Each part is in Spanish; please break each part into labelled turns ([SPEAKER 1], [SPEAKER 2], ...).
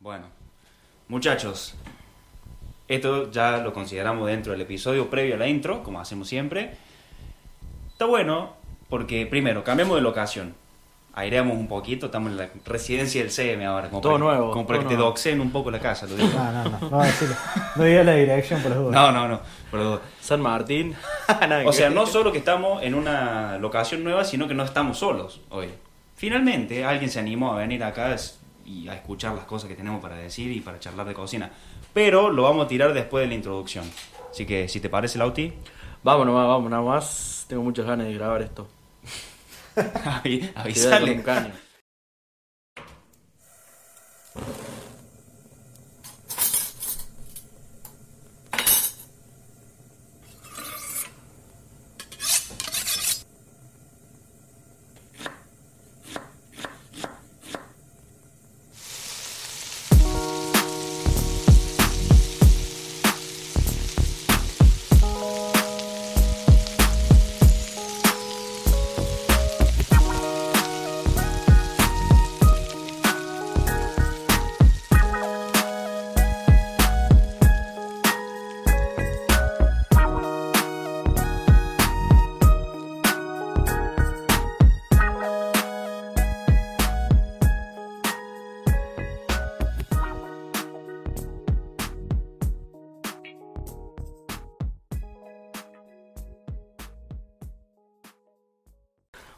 [SPEAKER 1] Bueno, muchachos, esto ya lo consideramos dentro del episodio previo a la intro, como hacemos siempre. Está bueno porque, primero, cambiamos de locación. Aireamos un poquito, estamos en la residencia del CM ahora. Como
[SPEAKER 2] Todo
[SPEAKER 1] para-
[SPEAKER 2] nuevo,
[SPEAKER 1] Como para
[SPEAKER 2] todo
[SPEAKER 1] que te
[SPEAKER 2] nuevo.
[SPEAKER 1] doxen un poco la casa, lo digo.
[SPEAKER 3] No, no, no. No, decilo. no digas la dirección por las dudas.
[SPEAKER 1] No, no, no. pero-
[SPEAKER 2] San Martín. Nada que
[SPEAKER 1] o sea,
[SPEAKER 2] ver.
[SPEAKER 1] no solo que estamos en una locación nueva, sino que no estamos solos hoy. Finalmente, alguien se animó a venir acá es- y a escuchar las cosas que tenemos para decir y para charlar de cocina. Pero lo vamos a tirar después de la introducción. Así que, si te parece, Lauti,
[SPEAKER 2] Vamos nomás, vamos nada más. Tengo muchas ganas de grabar esto.
[SPEAKER 1] avi-
[SPEAKER 2] Quedar con un
[SPEAKER 1] avisale.
[SPEAKER 2] caño.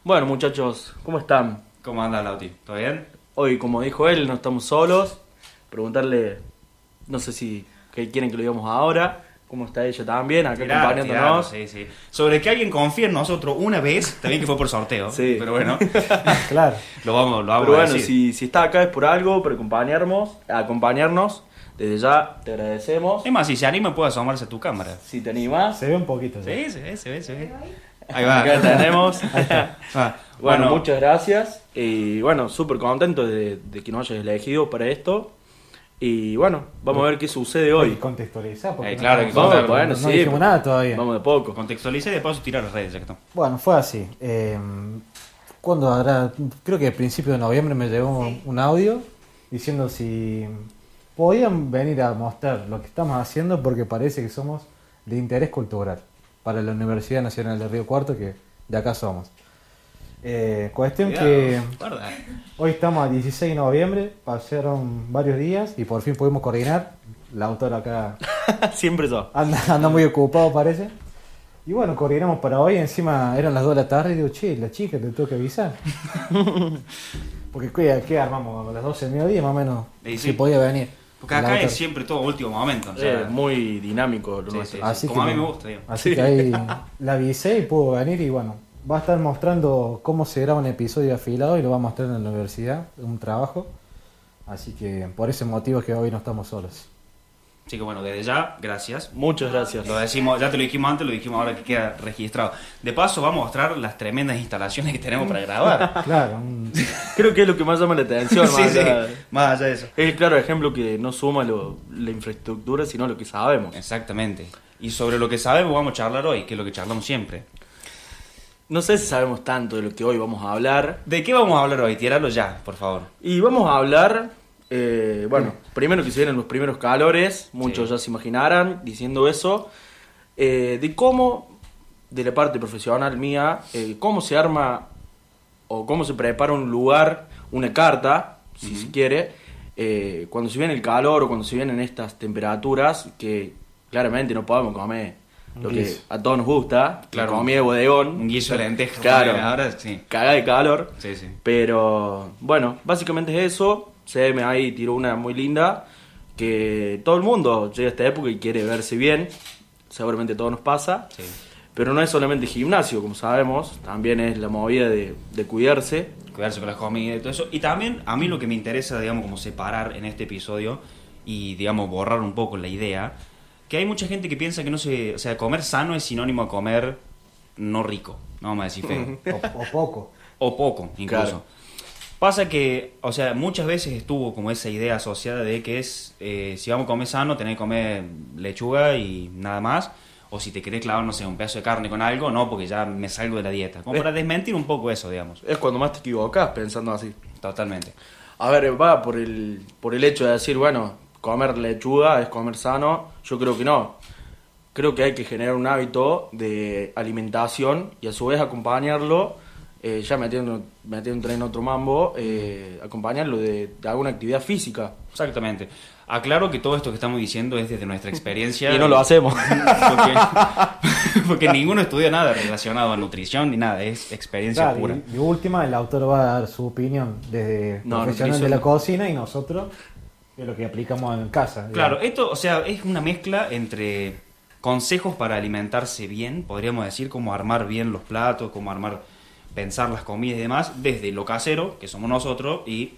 [SPEAKER 2] Bueno, muchachos, ¿cómo están?
[SPEAKER 1] ¿Cómo andas, Lauti? ¿Todo bien?
[SPEAKER 2] Hoy, como dijo él, no estamos solos. Preguntarle, no sé si que quieren que lo digamos ahora. ¿Cómo está ella también? Acá
[SPEAKER 1] Tirá,
[SPEAKER 2] acompañándonos.
[SPEAKER 1] tirá, sí, sí. Sobre que alguien confíe en nosotros una vez, también que fue por sorteo,
[SPEAKER 2] Sí.
[SPEAKER 1] pero bueno,
[SPEAKER 3] Claro.
[SPEAKER 1] lo vamos, lo vamos
[SPEAKER 2] Pero
[SPEAKER 1] a
[SPEAKER 2] bueno,
[SPEAKER 1] decir.
[SPEAKER 2] si, si está acá es por algo, por acompañarnos, acompañarnos. Desde ya te agradecemos.
[SPEAKER 1] Es más, si se anima, puede asomarse a tu cámara.
[SPEAKER 2] Si te animás,
[SPEAKER 3] Se ve un poquito. ya.
[SPEAKER 1] Sí, se ve, se ve, se ve. Ahí va.
[SPEAKER 2] acá tenemos.
[SPEAKER 1] Ah,
[SPEAKER 2] Bueno,
[SPEAKER 1] bueno,
[SPEAKER 2] muchas gracias. Y bueno, súper contento de, de que nos hayas elegido para esto. Y bueno, vamos a ver qué sucede
[SPEAKER 3] Hay
[SPEAKER 2] hoy.
[SPEAKER 3] que contextualizar. porque
[SPEAKER 1] Eh, claro, hay que
[SPEAKER 3] no,
[SPEAKER 1] contar-
[SPEAKER 3] no,
[SPEAKER 2] bueno,
[SPEAKER 3] no
[SPEAKER 2] sí,
[SPEAKER 3] dijimos
[SPEAKER 2] pues,
[SPEAKER 3] nada todavía.
[SPEAKER 2] Vamos de poco.
[SPEAKER 1] contextualiza y de paso tirar las redes, ya que estamos.
[SPEAKER 3] Bueno, fue así. Eh, ¿Cuándo habrá? Creo que a principios de noviembre me llegó un audio diciendo si podían venir a mostrar lo que estamos haciendo porque parece que somos de interés cultural para la Universidad Nacional de Río Cuarto, que de acá somos. Eh, cuestión que
[SPEAKER 1] Cuidado, guarda.
[SPEAKER 3] hoy estamos a 16 de noviembre, pasaron varios días y por fin pudimos coordinar. La autora acá
[SPEAKER 2] Siempre yo.
[SPEAKER 3] Anda, anda muy ocupado, parece. Y bueno, coordinamos para hoy. Encima eran las 2 de la tarde. Y digo, che, la chica te tengo que avisar. Porque, ¿qué, qué armamos? A las 12 del mediodía, más o menos.
[SPEAKER 1] Y sí.
[SPEAKER 3] Si podía venir.
[SPEAKER 1] Porque
[SPEAKER 3] La
[SPEAKER 1] acá
[SPEAKER 3] otra.
[SPEAKER 1] es siempre todo último momento. o sea,
[SPEAKER 2] Eh, muy dinámico lo
[SPEAKER 1] sí,
[SPEAKER 2] nuestro.
[SPEAKER 1] sí,
[SPEAKER 3] Así
[SPEAKER 1] Este, como
[SPEAKER 3] que-
[SPEAKER 1] a mí me gusta, digo.
[SPEAKER 3] Así que ahí la avisé y pudo venir. Y bueno, va a estar mostrando cómo se graba un episodio afilado y lo va a mostrar en la universidad. Un trabajo. Así que por ese motivo es que hoy no estamos solos.
[SPEAKER 1] Así que bueno, desde ya, gracias.
[SPEAKER 2] Muchas gracias.
[SPEAKER 1] Lo decimos, ya te lo dijimos antes, lo dijimos ahora que queda registrado. De paso, vamos a mostrar las tremendas instalaciones que tenemos para grabar.
[SPEAKER 3] Claro, un-
[SPEAKER 2] Creo que es lo que más llama la atención.
[SPEAKER 1] sí,
[SPEAKER 2] más
[SPEAKER 1] sí,
[SPEAKER 2] allá-
[SPEAKER 1] más allá de eso.
[SPEAKER 2] Es el claro ejemplo que no suma lo- la infraestructura, sino lo que sabemos.
[SPEAKER 1] Exactamente. Y sobre lo que sabemos vamos a charlar hoy, que es lo que charlamos siempre.
[SPEAKER 2] No sé si sabemos tanto de lo que hoy vamos a hablar.
[SPEAKER 1] ¿De qué vamos a hablar hoy? Tíralo ya, por favor.
[SPEAKER 2] Y vamos a hablar, eh, bueno, primero que se vienen los primeros calores, muchos
[SPEAKER 1] Sí.
[SPEAKER 2] ya se imaginarán diciendo eso, eh, de cómo, de la parte profesional mía, eh, cómo se arma o cómo se prepara un lugar, una carta, si se quiere, eh, cuando se viene el calor o cuando se vienen estas temperaturas que claramente no podemos comer lo que
[SPEAKER 3] guiso.
[SPEAKER 2] a todos nos gusta,
[SPEAKER 1] Claro.
[SPEAKER 2] claro. comida de bodegón,
[SPEAKER 1] Un guiso de lentejas.
[SPEAKER 2] Claro.
[SPEAKER 1] Ahora sí.
[SPEAKER 2] cagada de calor.
[SPEAKER 1] Sí, sí.
[SPEAKER 2] Pero bueno, básicamente es eso. CM ahí tiró una muy linda que todo el mundo llega a esta época y quiere verse bien. Seguramente todo nos pasa.
[SPEAKER 1] Sí.
[SPEAKER 2] Pero no es solamente gimnasio, como sabemos, también es la movida de, de cuidarse.
[SPEAKER 1] cuidarse con las comidas y todo eso. Y también a mí lo que me interesa, digamos, como separar en este episodio y, digamos, borrar un poco la idea, que hay mucha gente que piensa que no se... O sea, comer sano es sinónimo a comer no rico, no vamos a decir feo,
[SPEAKER 3] o- o poco.
[SPEAKER 1] o poco incluso.
[SPEAKER 2] Claro.
[SPEAKER 1] Pasa que, o sea, muchas veces estuvo como esa idea asociada de que es, eh, si vamos a comer sano, tenés que comer lechuga y nada más. O si te querés clavar, no sé, un pedazo de carne con algo, no, porque ya me salgo de la dieta. Como
[SPEAKER 2] Eh.
[SPEAKER 1] para desmentir un poco eso, digamos.
[SPEAKER 2] Es cuando más te equivocas pensando así.
[SPEAKER 1] Totalmente.
[SPEAKER 2] A ver, va por el, por el hecho de decir, bueno, comer lechuga es comer sano. Yo creo que no. Creo que hay que generar un hábito de alimentación y a su vez acompañarlo, eh, ya metiendo, metiendo en otro mambo, eh, acompañarlo de, de alguna actividad física.
[SPEAKER 1] Exactamente. Aclaro que todo esto que estamos diciendo es desde nuestra experiencia.
[SPEAKER 2] Y no lo hacemos.
[SPEAKER 1] Porque, porque ninguno estudia nada relacionado a nutrición ni nada, es experiencia
[SPEAKER 3] Claro,
[SPEAKER 1] pura.
[SPEAKER 3] y, y última, el autor va a dar su opinión desde
[SPEAKER 2] No,
[SPEAKER 3] profesional de
[SPEAKER 2] nutrición.
[SPEAKER 3] la cocina y nosotros de lo que aplicamos en casa.
[SPEAKER 1] Claro,
[SPEAKER 3] digamos.
[SPEAKER 1] esto, o sea, es una mezcla entre consejos para alimentarse bien, podríamos decir, como armar bien los platos, como armar, pensar las comidas y demás, desde lo casero, que somos nosotros, y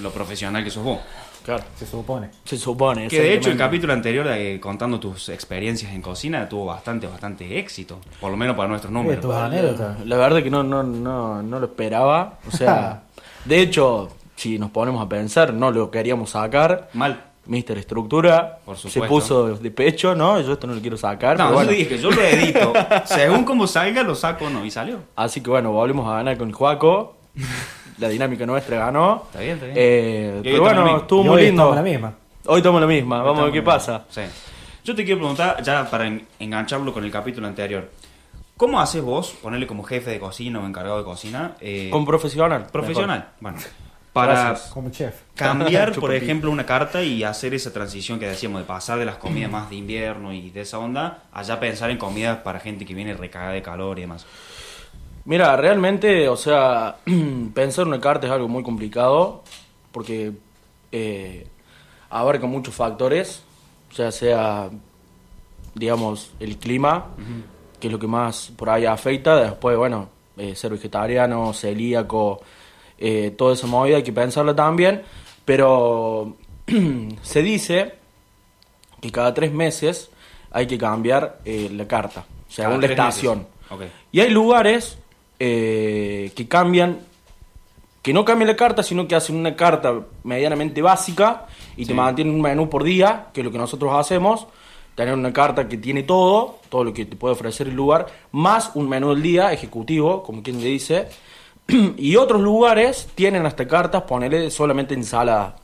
[SPEAKER 1] lo profesional que sos vos.
[SPEAKER 2] Claro.
[SPEAKER 1] eh,
[SPEAKER 3] Se supone.
[SPEAKER 2] Se supone.
[SPEAKER 1] Que de hecho el
[SPEAKER 2] exactamente.
[SPEAKER 1] capítulo anterior de, contando tus experiencias en cocina tuvo bastante, bastante éxito, por lo menos para nuestros números.
[SPEAKER 3] Esto. Las anécdotas.
[SPEAKER 2] La verdad que no, no, no, no lo esperaba. O sea, de hecho, si nos ponemos a pensar, no lo queríamos sacar.
[SPEAKER 1] Mal.
[SPEAKER 2] Mister Estructura
[SPEAKER 1] Por
[SPEAKER 2] se
[SPEAKER 1] supuesto.
[SPEAKER 2] puso de pecho, ¿no? Yo esto no lo quiero sacar.
[SPEAKER 1] No,
[SPEAKER 2] pero
[SPEAKER 1] yo
[SPEAKER 2] bueno.
[SPEAKER 1] dije, yo lo edito. Según como salga, lo saco o no. Y salió.
[SPEAKER 2] Así que bueno, volvimos a ganar con el Juaco. La dinámica nuestra ganó.
[SPEAKER 1] Está bien, está bien.
[SPEAKER 2] Eh,
[SPEAKER 1] Y hoy
[SPEAKER 2] pero
[SPEAKER 1] estamos en
[SPEAKER 2] bueno,
[SPEAKER 1] la
[SPEAKER 2] estuvo
[SPEAKER 3] Y
[SPEAKER 2] muy
[SPEAKER 3] hoy
[SPEAKER 2] lindo.
[SPEAKER 3] estamos en la misma.
[SPEAKER 2] Hoy estamos en la misma. Ah, Vamos a ver qué
[SPEAKER 1] Estamos
[SPEAKER 2] pasa.
[SPEAKER 1] bien. Sí. Yo te quiero preguntar, ya para en- engancharlo con el capítulo anterior. ¿Cómo haces vos, ponerle como jefe de cocina o encargado de cocina, eh,
[SPEAKER 2] Con profesional.
[SPEAKER 1] profesional? Bueno, para
[SPEAKER 2] Gracias.
[SPEAKER 3] Como chef.
[SPEAKER 1] cambiar, por
[SPEAKER 2] Chupapi.
[SPEAKER 1] ejemplo, una carta y hacer esa transición que decíamos de pasar de las comidas más de invierno y de esa onda, allá pensar en comidas para gente que viene recagada de calor y demás.
[SPEAKER 2] Mira, realmente, o sea, pensar una carta es algo muy complicado porque eh, abarca muchos factores, ya sea, digamos, el clima, que es lo que más por ahí afecta, después, bueno, eh, ser vegetariano, celíaco, eh, toda esa movida hay que pensarla también, pero se dice que cada tres meses hay que cambiar eh, la carta, según la
[SPEAKER 1] Cada tres meses.
[SPEAKER 2] estación.
[SPEAKER 1] Ok.
[SPEAKER 2] Y hay lugares eh, que cambian, que no cambian la carta, sino que hacen una carta medianamente básica y te mantienen un menú por día, que es lo que nosotros hacemos. Tener una carta que tiene todo, todo lo que te puede ofrecer el lugar, más un menú del día ejecutivo, como quien le dice. y otros lugares tienen hasta cartas, ponele solamente ensalada,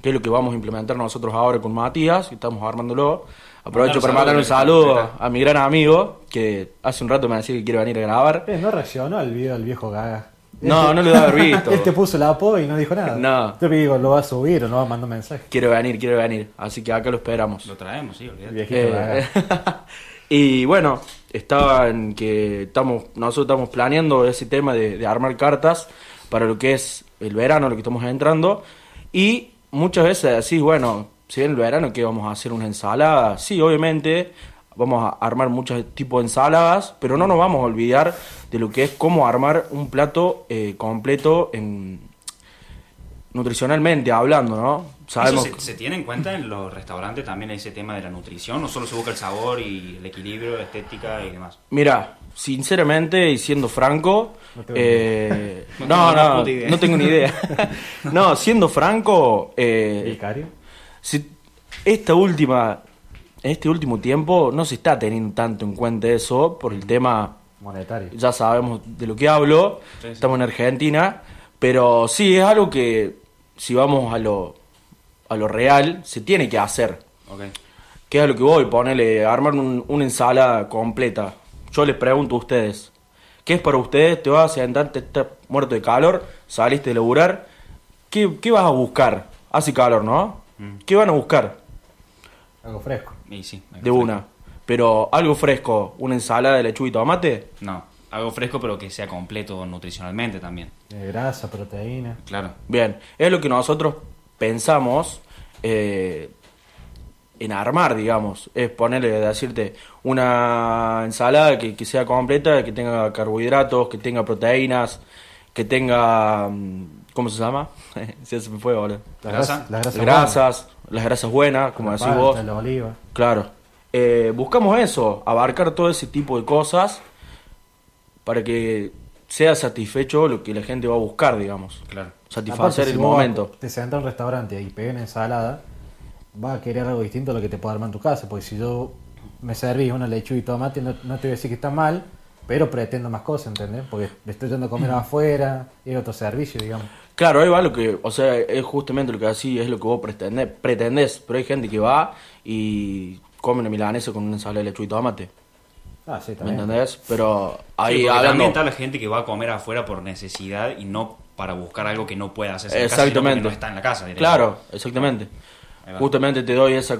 [SPEAKER 2] que es lo que vamos a implementar nosotros ahora con Matías, y estamos armándolo. Aprovecho
[SPEAKER 1] Mandar un
[SPEAKER 2] para
[SPEAKER 1] saludo,
[SPEAKER 2] mandar un
[SPEAKER 1] Matías.
[SPEAKER 2] saludo a mi gran amigo, que hace un rato me decía que quiere venir a grabar.
[SPEAKER 3] Eh, no reaccionó al video del viejo Gaga.
[SPEAKER 2] No, no lo debe haber visto.
[SPEAKER 3] Él te puso la apo y no dijo nada.
[SPEAKER 2] No.
[SPEAKER 3] Yo le digo, lo va a subir o no va a mandar un mensaje.
[SPEAKER 2] Quiere venir, quiere venir. Así que acá lo esperamos.
[SPEAKER 1] Lo traemos, sí,
[SPEAKER 3] El
[SPEAKER 1] olvídate.
[SPEAKER 3] viejito
[SPEAKER 2] Eh,
[SPEAKER 3] Gaga.
[SPEAKER 2] y bueno, estaban que estamos, nosotros estamos planeando ese tema de, de armar cartas para lo que es el verano, lo que estamos entrando. Y muchas veces decís, bueno, si bien el verano que vamos a hacer una ensalada, sí, obviamente vamos a armar muchos tipos de ensaladas, pero no nos vamos a olvidar de lo que es cómo armar un plato eh, completo en nutricionalmente hablando, ¿no?
[SPEAKER 1] Eso
[SPEAKER 2] Sabemos
[SPEAKER 1] se, se tiene en cuenta en los restaurantes también ese tema de la nutrición? ¿No solo se busca el sabor y el equilibrio, la estética y demás?
[SPEAKER 2] Mira, sinceramente y siendo franco,
[SPEAKER 3] No tengo
[SPEAKER 2] eh,
[SPEAKER 1] idea. No
[SPEAKER 2] no,
[SPEAKER 1] tengo ni
[SPEAKER 2] no,
[SPEAKER 1] puta idea.
[SPEAKER 2] no tengo ni idea. no, siendo franco, eh,
[SPEAKER 3] Vicario.
[SPEAKER 2] si- esta última, en este último tiempo no se está teniendo tanto en cuenta eso por el tema,
[SPEAKER 3] Monetario.
[SPEAKER 2] ya sabemos de lo que hablo,
[SPEAKER 1] Sí, sí.
[SPEAKER 2] estamos en Argentina, pero sí es algo que si vamos a lo, a lo real, se tiene que hacer.
[SPEAKER 1] Ok.
[SPEAKER 2] ¿Qué es lo que voy? Ponele, armar un- una ensalada completa. Yo les pregunto a ustedes, ¿qué es para ustedes? Te vas a sentar, te estás muerto de calor, saliste de laburar. ¿Qué, qué vas a buscar? Hace calor, ¿no? ¿Qué van a buscar?
[SPEAKER 3] Algo fresco.
[SPEAKER 1] Y sí. algo
[SPEAKER 2] De
[SPEAKER 1] fresco.
[SPEAKER 2] una. Pero algo fresco, una ensalada de lechuga y tomate.
[SPEAKER 1] No, algo fresco pero que sea completo nutricionalmente también.
[SPEAKER 3] Eh, grasa, proteína.
[SPEAKER 1] Claro.
[SPEAKER 2] Bien, es lo que nosotros pensamos eh, en armar, digamos. Es ponerle, decirte, una ensalada que, que sea completa, que tenga carbohidratos, que tenga proteínas, que tenga. mm, ¿Cómo se llama? se me fue, boludo.
[SPEAKER 3] La
[SPEAKER 1] Grasa.
[SPEAKER 3] grasa- la grasa
[SPEAKER 2] grasas, las grasas buenas, como
[SPEAKER 3] La
[SPEAKER 2] decís
[SPEAKER 3] palta,
[SPEAKER 2] vos.
[SPEAKER 3] La oliva.
[SPEAKER 2] Claro. Eh, buscamos eso, abarcar todo ese tipo de cosas para que sea satisfecho lo que la gente va a buscar, digamos.
[SPEAKER 1] Claro.
[SPEAKER 2] Satisfacer
[SPEAKER 3] Aparte,
[SPEAKER 2] el
[SPEAKER 3] si vos
[SPEAKER 2] momento.
[SPEAKER 3] Te sentas a un restaurante y pegas una ensalada, vas a querer algo distinto a lo que te puedo armar en tu casa. Porque si yo me servís una lechuga y tomate, no, no te voy a decir que está mal, pero pretendo más cosas, ¿entendés? Porque le estoy yendo a comer afuera y hay otro servicio, digamos.
[SPEAKER 2] Claro, ahí va lo que, o sea, es justamente lo que así es lo que vos pretendés, pretendés, pero hay gente que va y come una milanesa con una ensalada de lechuga y tomate,
[SPEAKER 3] Ah, sí,
[SPEAKER 2] ¿me
[SPEAKER 3] también.
[SPEAKER 2] entendés? Pero ahí
[SPEAKER 1] porque
[SPEAKER 2] hablando...
[SPEAKER 1] también está la gente que va a comer afuera por necesidad y no para buscar algo que no pueda hacerse en la casa, sino porque
[SPEAKER 2] Exactamente.
[SPEAKER 1] no está en la casa. directo.
[SPEAKER 2] Claro, exactamente.
[SPEAKER 1] Ahí va.
[SPEAKER 2] Justamente te doy esa,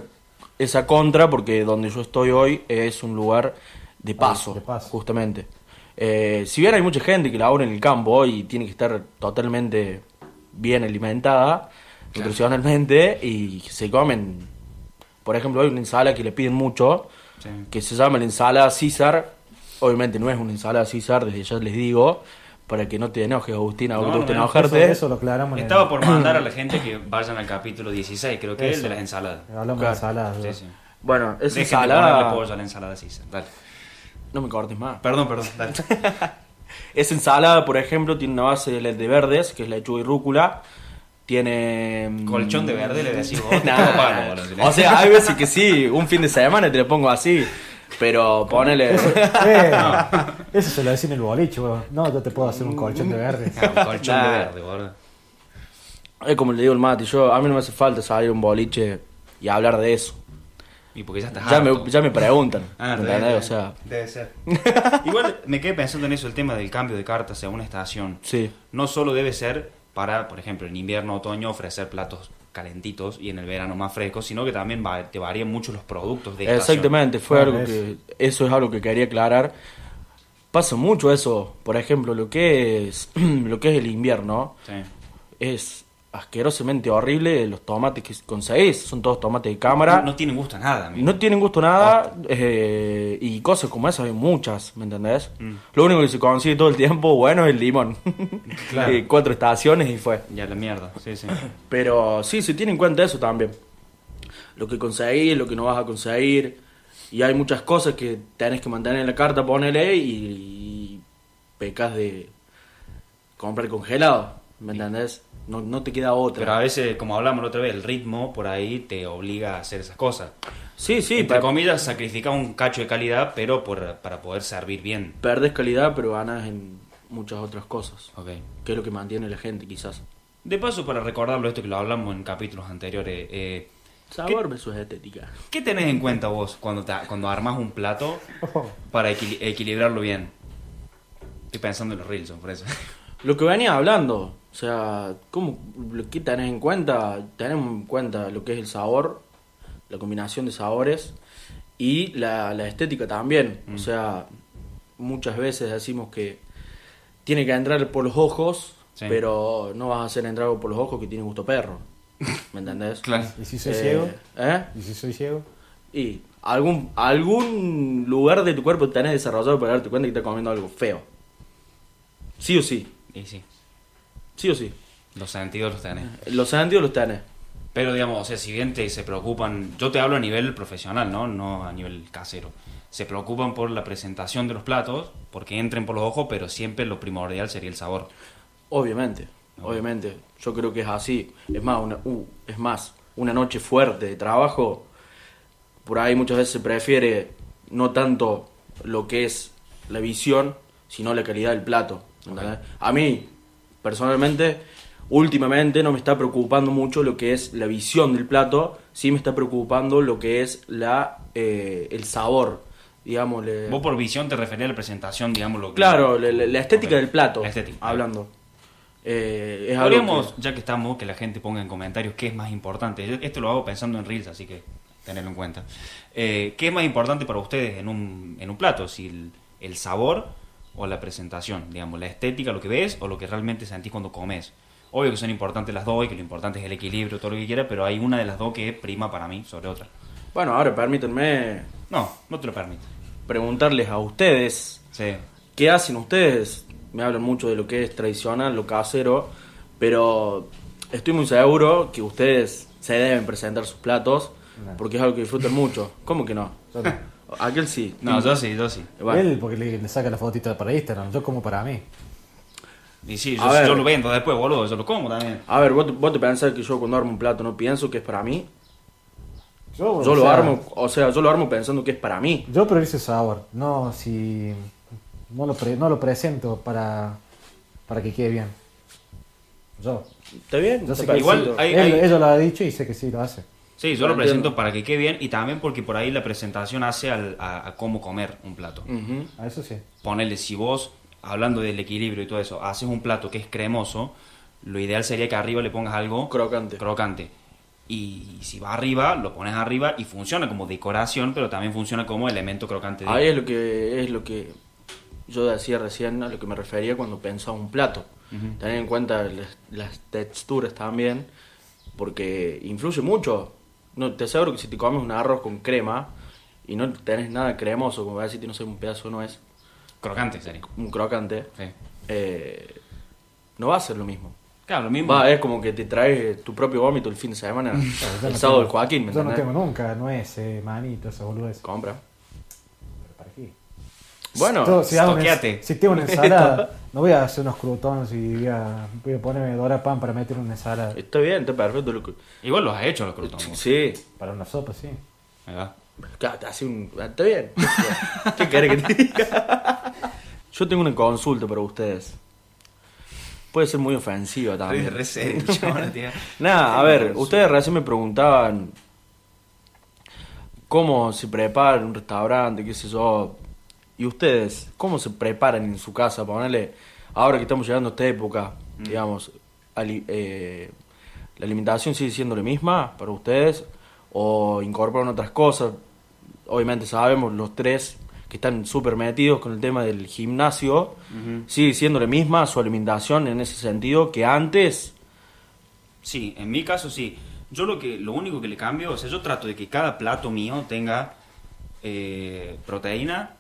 [SPEAKER 2] esa contra porque donde yo estoy hoy es un lugar de paso,
[SPEAKER 3] de paso.
[SPEAKER 2] justamente. Eh, si bien hay mucha gente que labora en el campo hoy y tiene que estar totalmente bien alimentada nutricionalmente y se comen, por ejemplo, hay una ensalada que le piden mucho,
[SPEAKER 1] Sí.
[SPEAKER 2] que se llama la ensalada César. Obviamente no es una ensalada César, desde ya les digo, para que no te enojes, Agustín, a vos
[SPEAKER 1] No,
[SPEAKER 2] te gusta
[SPEAKER 1] no,
[SPEAKER 2] enojarte.
[SPEAKER 3] Eso, eso lo aclaramos en el-
[SPEAKER 1] Estaba por mandar a la gente que vayan al capítulo 16, creo que es el de
[SPEAKER 3] Eso.
[SPEAKER 1] las ensaladas.
[SPEAKER 3] Hablamos de
[SPEAKER 2] Claro.
[SPEAKER 3] ensaladas.
[SPEAKER 1] Sí, sí.
[SPEAKER 2] Bueno, esa
[SPEAKER 1] Dejen de
[SPEAKER 2] ensalada...
[SPEAKER 1] ponerle pollo a la ensalada César. Dale.
[SPEAKER 2] No me cortes más.
[SPEAKER 1] Perdón, perdón. Dale.
[SPEAKER 2] Esa ensalada, por ejemplo, tiene una base de, de verdes, que es lechuga y rúcula. Tiene. mm,
[SPEAKER 1] Colchón de verde le decís vos.
[SPEAKER 2] Nah,
[SPEAKER 1] Todo pago, boludo.
[SPEAKER 2] o sea, hay veces que sí, un fin de semana te lo pongo así. Pero ponele.
[SPEAKER 3] Eh, Eso se lo decía en el boliche, weón. No, yo te puedo hacer un colchón de verde.
[SPEAKER 1] Ah, un Colchón de
[SPEAKER 2] Nah.
[SPEAKER 1] verde, boludo.
[SPEAKER 2] Es como le digo el Mati, yo, a mí no me hace falta salir a un boliche y hablar de eso.
[SPEAKER 1] Y porque ya estás
[SPEAKER 2] Ya
[SPEAKER 1] harto.
[SPEAKER 2] me, ya me preguntan.
[SPEAKER 1] Ah, está bien,
[SPEAKER 2] ¿entendés? O
[SPEAKER 1] está
[SPEAKER 2] sea,
[SPEAKER 1] bien. Debe ser. Igual me quedé pensando en eso, el tema del cambio de cartas a una estación.
[SPEAKER 2] sí.
[SPEAKER 1] No solo debe ser para, por ejemplo, en invierno, otoño, ofrecer platos calentitos y en el verano más frescos, sino que también va- te varían mucho los productos de estación.
[SPEAKER 2] Exactamente, fue
[SPEAKER 3] Claro,
[SPEAKER 2] algo
[SPEAKER 3] eso.
[SPEAKER 2] que. Eso es algo que quería aclarar. Pasa mucho eso. Por ejemplo, lo que es, lo que es el invierno.
[SPEAKER 1] Sí.
[SPEAKER 2] es asquerosamente horrible. Los tomates que conseguís son todos tomates de cámara.
[SPEAKER 1] No,
[SPEAKER 2] No,
[SPEAKER 1] tienen gusto a nada, amigo.
[SPEAKER 2] tienen gusto a nada. eh, y cosas como esas hay muchas, ¿me entendés?
[SPEAKER 1] Mm.
[SPEAKER 2] Lo único que se consigue todo el tiempo, bueno, es el limón.
[SPEAKER 1] Claro.
[SPEAKER 2] Eh, cuatro estaciones y fue.
[SPEAKER 1] Ya la mierda, sí, sí.
[SPEAKER 2] Pero sí, se tiene en cuenta eso también. Lo que conseguís, lo que no vas a conseguir. Y hay muchas cosas que tenés que mantener en la carta, ponele, y, y pecas de comprar congelado. ¿Me entendés? No, no te queda otra.
[SPEAKER 1] Pero a veces, como hablamos la otra vez, el ritmo por ahí te obliga a hacer esas cosas.
[SPEAKER 2] Sí, sí,
[SPEAKER 1] Entre
[SPEAKER 2] per-
[SPEAKER 1] comillas, sacrifica un cacho de calidad, pero por- para poder servir bien.
[SPEAKER 2] perdés calidad, pero ganas en muchas otras cosas.
[SPEAKER 1] Ok.
[SPEAKER 2] Que es lo que mantiene la gente, quizás.
[SPEAKER 1] De paso, para recordarlo, esto que lo hablamos en capítulos anteriores, eh,
[SPEAKER 2] Sabor versus estética.
[SPEAKER 1] ¿qué tenés en cuenta vos cuando, te- cuando armás un plato
[SPEAKER 3] Oh.
[SPEAKER 1] para equili- equilibrarlo bien? Estoy pensando en los reels, por eso.
[SPEAKER 2] Lo que venía hablando, o sea, ¿cómo, lo que tenés en cuenta? Tenemos en cuenta lo que es el sabor, la combinación de sabores y la, la estética también. O sea, muchas veces decimos que tiene que entrar por los ojos,
[SPEAKER 1] Sí.
[SPEAKER 2] pero no vas a hacer entrar algo por los ojos que tiene gusto perro. ¿Me entendés?
[SPEAKER 3] ¿Y si soy
[SPEAKER 2] Eh,
[SPEAKER 3] ciego?
[SPEAKER 2] ¿Eh?
[SPEAKER 3] ¿Y si soy ciego?
[SPEAKER 2] Y algún, algún lugar de tu cuerpo tenés desarrollado para darte cuenta que estás comiendo algo feo. Sí o sí.
[SPEAKER 1] Y sí,
[SPEAKER 2] Sí o sí.
[SPEAKER 1] los sentidos los tenés.
[SPEAKER 2] Los sentidos los tenés.
[SPEAKER 1] Pero digamos, o sea, si bien te, se preocupan, yo te hablo a nivel profesional, ¿no? No a nivel casero. Se preocupan por la presentación de los platos, porque entren por los ojos, pero siempre lo primordial sería el sabor.
[SPEAKER 2] Obviamente. Obviamente. Yo creo que es así. Es más, una, uh, es más, una noche fuerte de trabajo. Por ahí muchas veces se prefiere no tanto lo que es la visión, sino la calidad del plato. ¿entendés? A mí, personalmente, últimamente no me está preocupando mucho lo que es la visión del plato, sí me está preocupando lo que es la eh, el sabor, digamos. le-
[SPEAKER 1] Vos por visión te referías a la presentación, digamos, lo que-
[SPEAKER 2] Claro, la, la- la estética
[SPEAKER 1] Ok.
[SPEAKER 2] del plato.
[SPEAKER 1] La estética.
[SPEAKER 2] Hablando. Eh, es algo
[SPEAKER 1] Podríamos,
[SPEAKER 2] que-
[SPEAKER 1] ya que estamos, que la gente ponga en comentarios qué es más importante. Yo Esto lo hago pensando en Reels, así que tenerlo en cuenta. Eh, ¿Qué es más importante para ustedes en un, en un plato? Si el, el sabor o la presentación, digamos, la estética, lo que ves o lo que realmente sentís cuando comes. Obvio que son importantes las dos y que lo importante es el equilibrio, todo lo que quiera, pero hay una de las dos que prima para mí sobre otra.
[SPEAKER 2] Bueno, ahora permítanme
[SPEAKER 1] No, no te lo permito.
[SPEAKER 2] preguntarles a ustedes
[SPEAKER 1] Sí.
[SPEAKER 2] ¿Qué hacen ustedes? Me hablan mucho de lo que es tradicional, lo casero, pero estoy muy seguro que ustedes se deben presentar sus platos
[SPEAKER 3] No.
[SPEAKER 2] porque es algo que disfrutan mucho. ¿Cómo que no?
[SPEAKER 3] Yo no.
[SPEAKER 2] Aquel sí.
[SPEAKER 1] No, yo sí, yo sí.
[SPEAKER 2] Bueno,
[SPEAKER 3] Él porque le, le saca la fotito para Instagram, yo como para mí.
[SPEAKER 1] Y sí,
[SPEAKER 2] A
[SPEAKER 1] yo,
[SPEAKER 2] ver.
[SPEAKER 1] yo lo vendo después, boludo, yo lo como también.
[SPEAKER 2] A ver, ¿vos te, vos te pensás que yo cuando armo un plato no pienso que es para mí?
[SPEAKER 1] Oh,
[SPEAKER 3] Yo,
[SPEAKER 2] Yo
[SPEAKER 3] o
[SPEAKER 2] lo
[SPEAKER 3] sea,
[SPEAKER 2] armo, o sea, yo lo armo pensando que es para mí.
[SPEAKER 3] Yo priorizo el sabor, no si no lo, pre- no lo presento para, para que quede bien. Yo.
[SPEAKER 2] ¿Está bien?
[SPEAKER 3] Yo sé
[SPEAKER 2] Está
[SPEAKER 3] que
[SPEAKER 1] Igual
[SPEAKER 3] sí.
[SPEAKER 1] hay-
[SPEAKER 3] Él-
[SPEAKER 1] hay-
[SPEAKER 3] Ella lo ha dicho y sé que sí lo hace.
[SPEAKER 1] Sí, yo lo
[SPEAKER 2] Entiendo.
[SPEAKER 1] presento para que quede bien y también porque por ahí la presentación hace al- a, a cómo comer un plato.
[SPEAKER 2] Ujú.
[SPEAKER 3] A eso sí.
[SPEAKER 1] Ponele, si vos, hablando del equilibrio y todo eso, haces un plato que es cremoso, lo ideal sería que arriba le pongas algo
[SPEAKER 2] Crocante.
[SPEAKER 1] crocante. Y si va arriba, lo pones arriba y funciona como decoración, pero también funciona como elemento crocante. de-
[SPEAKER 2] Ahí es lo que es lo que yo decía recién, a lo que me refería cuando pensaba un plato. Tener en cuenta las, las texturas también, porque influye mucho. No, te aseguro que si te comes un arroz con crema y no tenés nada cremoso, como vas a decir, no sé, un pedazo no es
[SPEAKER 1] Crocante sería.
[SPEAKER 2] un crocante,
[SPEAKER 1] Sí.
[SPEAKER 2] eh, no va a ser lo mismo.
[SPEAKER 1] Claro, lo mismo.
[SPEAKER 2] Va, es como que te traes eh, tu propio vómito el fin de semana,
[SPEAKER 3] Yo
[SPEAKER 2] el
[SPEAKER 3] no
[SPEAKER 2] sábado del
[SPEAKER 3] tengo-
[SPEAKER 2] Joaquín, ¿me
[SPEAKER 3] Yo no
[SPEAKER 2] entendés?
[SPEAKER 3] tengo nunca nueces, manitos, esas boludeces.
[SPEAKER 2] Compra.
[SPEAKER 3] Pero ¿Para qué?
[SPEAKER 2] Bueno,
[SPEAKER 3] Yo, si, hago una-
[SPEAKER 1] estoqueate.
[SPEAKER 3] si tengo una ensalada, no voy a hacer unos crutones y voy a, voy a ponerme dora pan para meter una ensalada.
[SPEAKER 2] está bien, está perfecto. Lo que...
[SPEAKER 1] Igual los has hecho los crotones.
[SPEAKER 2] Sí,
[SPEAKER 3] Para una sopa, sí.
[SPEAKER 1] ¿verdad?
[SPEAKER 2] Claro, te hace un. Está bien. ¿Qué querés que te diga? Yo tengo una consulta para ustedes. Puede ser muy ofensiva
[SPEAKER 1] Re-
[SPEAKER 2] también.
[SPEAKER 1] re serio, chabón, tía.
[SPEAKER 2] Nada, a ver, ustedes recién me preguntaban cómo se prepara un restaurante, qué sé yo. Y ustedes, ¿cómo se preparan en su casa? Ponerle, ahora que estamos llegando a esta época, digamos, ali- eh, ¿la alimentación sigue siendo la misma para ustedes? ¿O incorporan otras cosas? Obviamente sabemos los tres que están súper metidos con el tema del gimnasio, sigue siendo la misma su alimentación en ese sentido que antes.
[SPEAKER 1] Sí, en mi caso sí. Yo lo que, lo único que le cambio, o sea, yo trato de que cada plato mío tenga eh, proteína,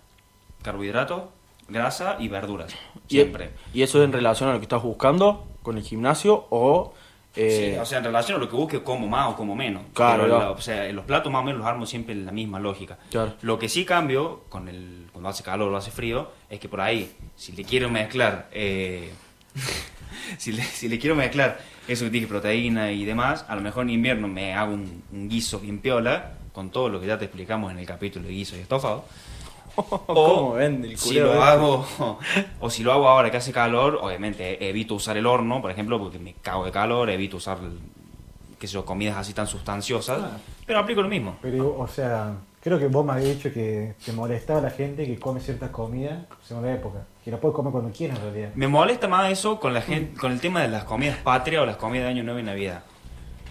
[SPEAKER 1] carbohidrato, grasa y verduras.
[SPEAKER 2] Y-
[SPEAKER 1] Siempre.
[SPEAKER 2] ¿Y eso es en relación a lo que estás buscando con el gimnasio o...? eh,
[SPEAKER 1] Sí, o sea, en relación a lo que busque, como más o como menos.
[SPEAKER 2] Claro,
[SPEAKER 1] Pero
[SPEAKER 2] claro.
[SPEAKER 1] la- o sea, los platos más o menos los armo siempre en la misma lógica.
[SPEAKER 2] Claro.
[SPEAKER 1] Lo que sí cambio, con el, cuando hace calor o hace frío, es que por ahí, si le quiero mezclar, eh, si, le, si le quiero mezclar eso que dije, proteína y demás, a lo mejor en invierno me hago un, un guiso bien piola, con todo lo que ya te explicamos en el capítulo de guiso y estofado.
[SPEAKER 2] ¿Cómo vende el
[SPEAKER 1] si
[SPEAKER 2] culeo
[SPEAKER 1] lo
[SPEAKER 2] ese?
[SPEAKER 1] hago o si lo hago ahora que hace calor obviamente eh, evito usar el horno por ejemplo porque me cago de calor evito usar que sé yo, comidas así tan sustanciosas pero aplico lo mismo
[SPEAKER 3] Pero, o sea, creo que vos me habías dicho que te molestaba la gente que come ciertas comidas según la época. Que la puedes comer cuando quieras, en realidad.
[SPEAKER 1] me molesta más eso con la gente con el tema de las comidas patria o las comidas de año nuevo y navidad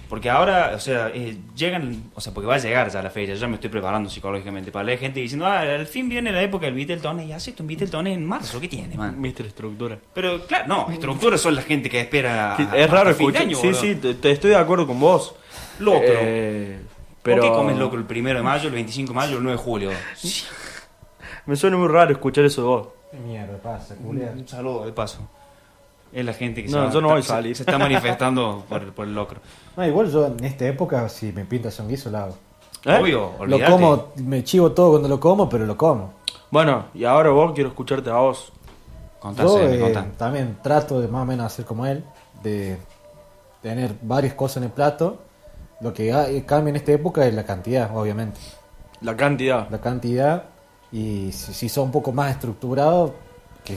[SPEAKER 1] porque ahora, o sea, eh, llegan, o sea, porque va a llegar ya la fecha, yo ya me estoy preparando psicológicamente para leer gente diciendo, ah, al fin viene la época del Beatles y hace tu Beatles en marzo, ¿qué tiene, man?
[SPEAKER 2] Mister Estructura.
[SPEAKER 1] Pero claro, no, estructuras son la gente que espera.
[SPEAKER 2] Sí,
[SPEAKER 1] hasta
[SPEAKER 2] es raro
[SPEAKER 1] fin de
[SPEAKER 2] escuchar.
[SPEAKER 1] año,
[SPEAKER 2] sí,
[SPEAKER 1] boludo.
[SPEAKER 2] sí, te, te estoy de acuerdo con vos.
[SPEAKER 1] Locro.
[SPEAKER 2] Eh, pero...
[SPEAKER 1] ¿Por qué comes loco el 1 de mayo, el 25 de mayo, el 9 de julio?
[SPEAKER 2] Me suena muy raro escuchar eso de vos.
[SPEAKER 3] ¿Qué mierda pasa, culiar?
[SPEAKER 1] Un saludo, de paso. Es la gente que
[SPEAKER 2] No,
[SPEAKER 1] se, va-
[SPEAKER 2] yo no voy a
[SPEAKER 1] se-
[SPEAKER 2] salir.
[SPEAKER 1] se está manifestando por, por el locro.
[SPEAKER 3] No, igual yo en esta época, si me pintas un guiso, lo hago.
[SPEAKER 2] ¿Eh?
[SPEAKER 1] Obvio, olvídate.
[SPEAKER 3] Lo como, me chivo todo cuando lo como, pero lo como.
[SPEAKER 2] Bueno, y ahora vos quiero escucharte a vos.
[SPEAKER 1] Contá,
[SPEAKER 3] Yo
[SPEAKER 1] Sede,
[SPEAKER 3] eh,
[SPEAKER 1] contá.
[SPEAKER 3] también trato de más o menos hacer como él, de tener varias cosas en el plato. Lo que ha- eh, cambia en esta época es la cantidad, obviamente.
[SPEAKER 2] La cantidad.
[SPEAKER 3] La cantidad y si, si son un poco más estructurados, que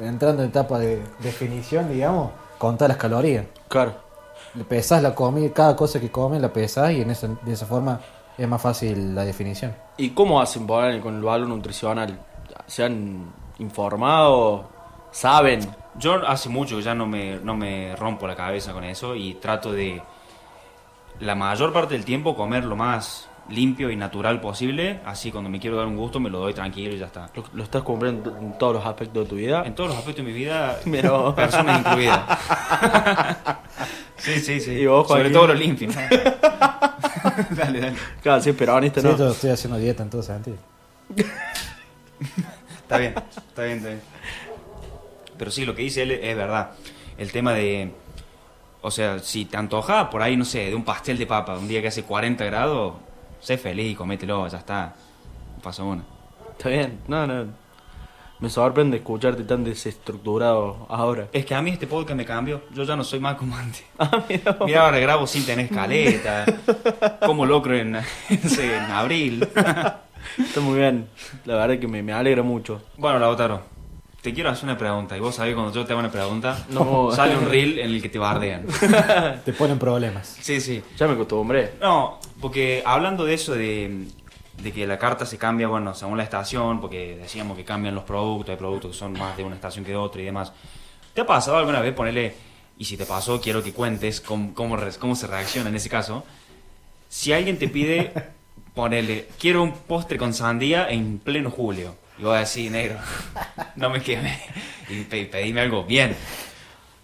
[SPEAKER 3] entrando en etapa de definición, digamos, contar las calorías.
[SPEAKER 2] Claro.
[SPEAKER 3] Le pesas la comida, cada cosa que comes la pesas y en esa, de esa forma es más fácil la definición.
[SPEAKER 2] ¿Y cómo hacen poner con el valor nutricional? ¿Se han informado? ¿Saben?
[SPEAKER 1] Yo hace mucho que ya no me, no me rompo la cabeza con eso y trato de la mayor parte del tiempo comer lo más limpio y natural posible. Así cuando me quiero dar un gusto me lo doy tranquilo y ya está.
[SPEAKER 2] ¿Lo, lo estás cumpliendo en todos los aspectos de tu vida?
[SPEAKER 1] En todos los aspectos de mi vida,
[SPEAKER 2] Ah. Pero-
[SPEAKER 1] personas incluidas. sí, sí, sí.
[SPEAKER 2] Y vos,
[SPEAKER 1] Sobre
[SPEAKER 2] Joaquín.
[SPEAKER 1] todo lo limpio. dale, dale.
[SPEAKER 2] Claro, sí, pero honesta
[SPEAKER 3] Sí,
[SPEAKER 2] no.
[SPEAKER 3] yo estoy haciendo dieta en todo sentido.
[SPEAKER 1] Está bien, está bien, está bien. Pero sí, lo que dice él es verdad. El tema de. O sea, si te antoja por ahí, no sé, de un pastel de papa, un día que hace 40 grados, sé feliz y comételo, ya está. Pasó una.
[SPEAKER 2] Está bien, no, no. Me sorprende escucharte tan desestructurado ahora.
[SPEAKER 1] Es que a mí este podcast me cambió. Yo ya no soy más como antes. Mira, ahora grabo sin tener escaleta. Como locro en, no sé, en abril.
[SPEAKER 2] Está muy bien. La verdad que me, me alegra mucho.
[SPEAKER 1] Bueno, Lautaro, te quiero hacer una pregunta. Y vos sabés, cuando yo te hago una pregunta,
[SPEAKER 2] No.
[SPEAKER 1] sale un reel en el que te bardean.
[SPEAKER 3] Te ponen problemas.
[SPEAKER 1] Sí, sí.
[SPEAKER 2] Ya me acostumbré.
[SPEAKER 1] No, porque hablando de eso, de, de que la carta se cambia, bueno, según la estación, porque decíamos que cambian los productos, hay productos que son más de una estación que de otra y demás. ¿Te ha pasado alguna vez ponerle, y si te pasó, quiero que cuentes cómo, cómo, re- cómo se reacciona en ese caso? Si alguien te pide ponerle, quiero un postre con sandía en pleno julio, y vos decís, negro, no me queme, y pe- pedime algo bien.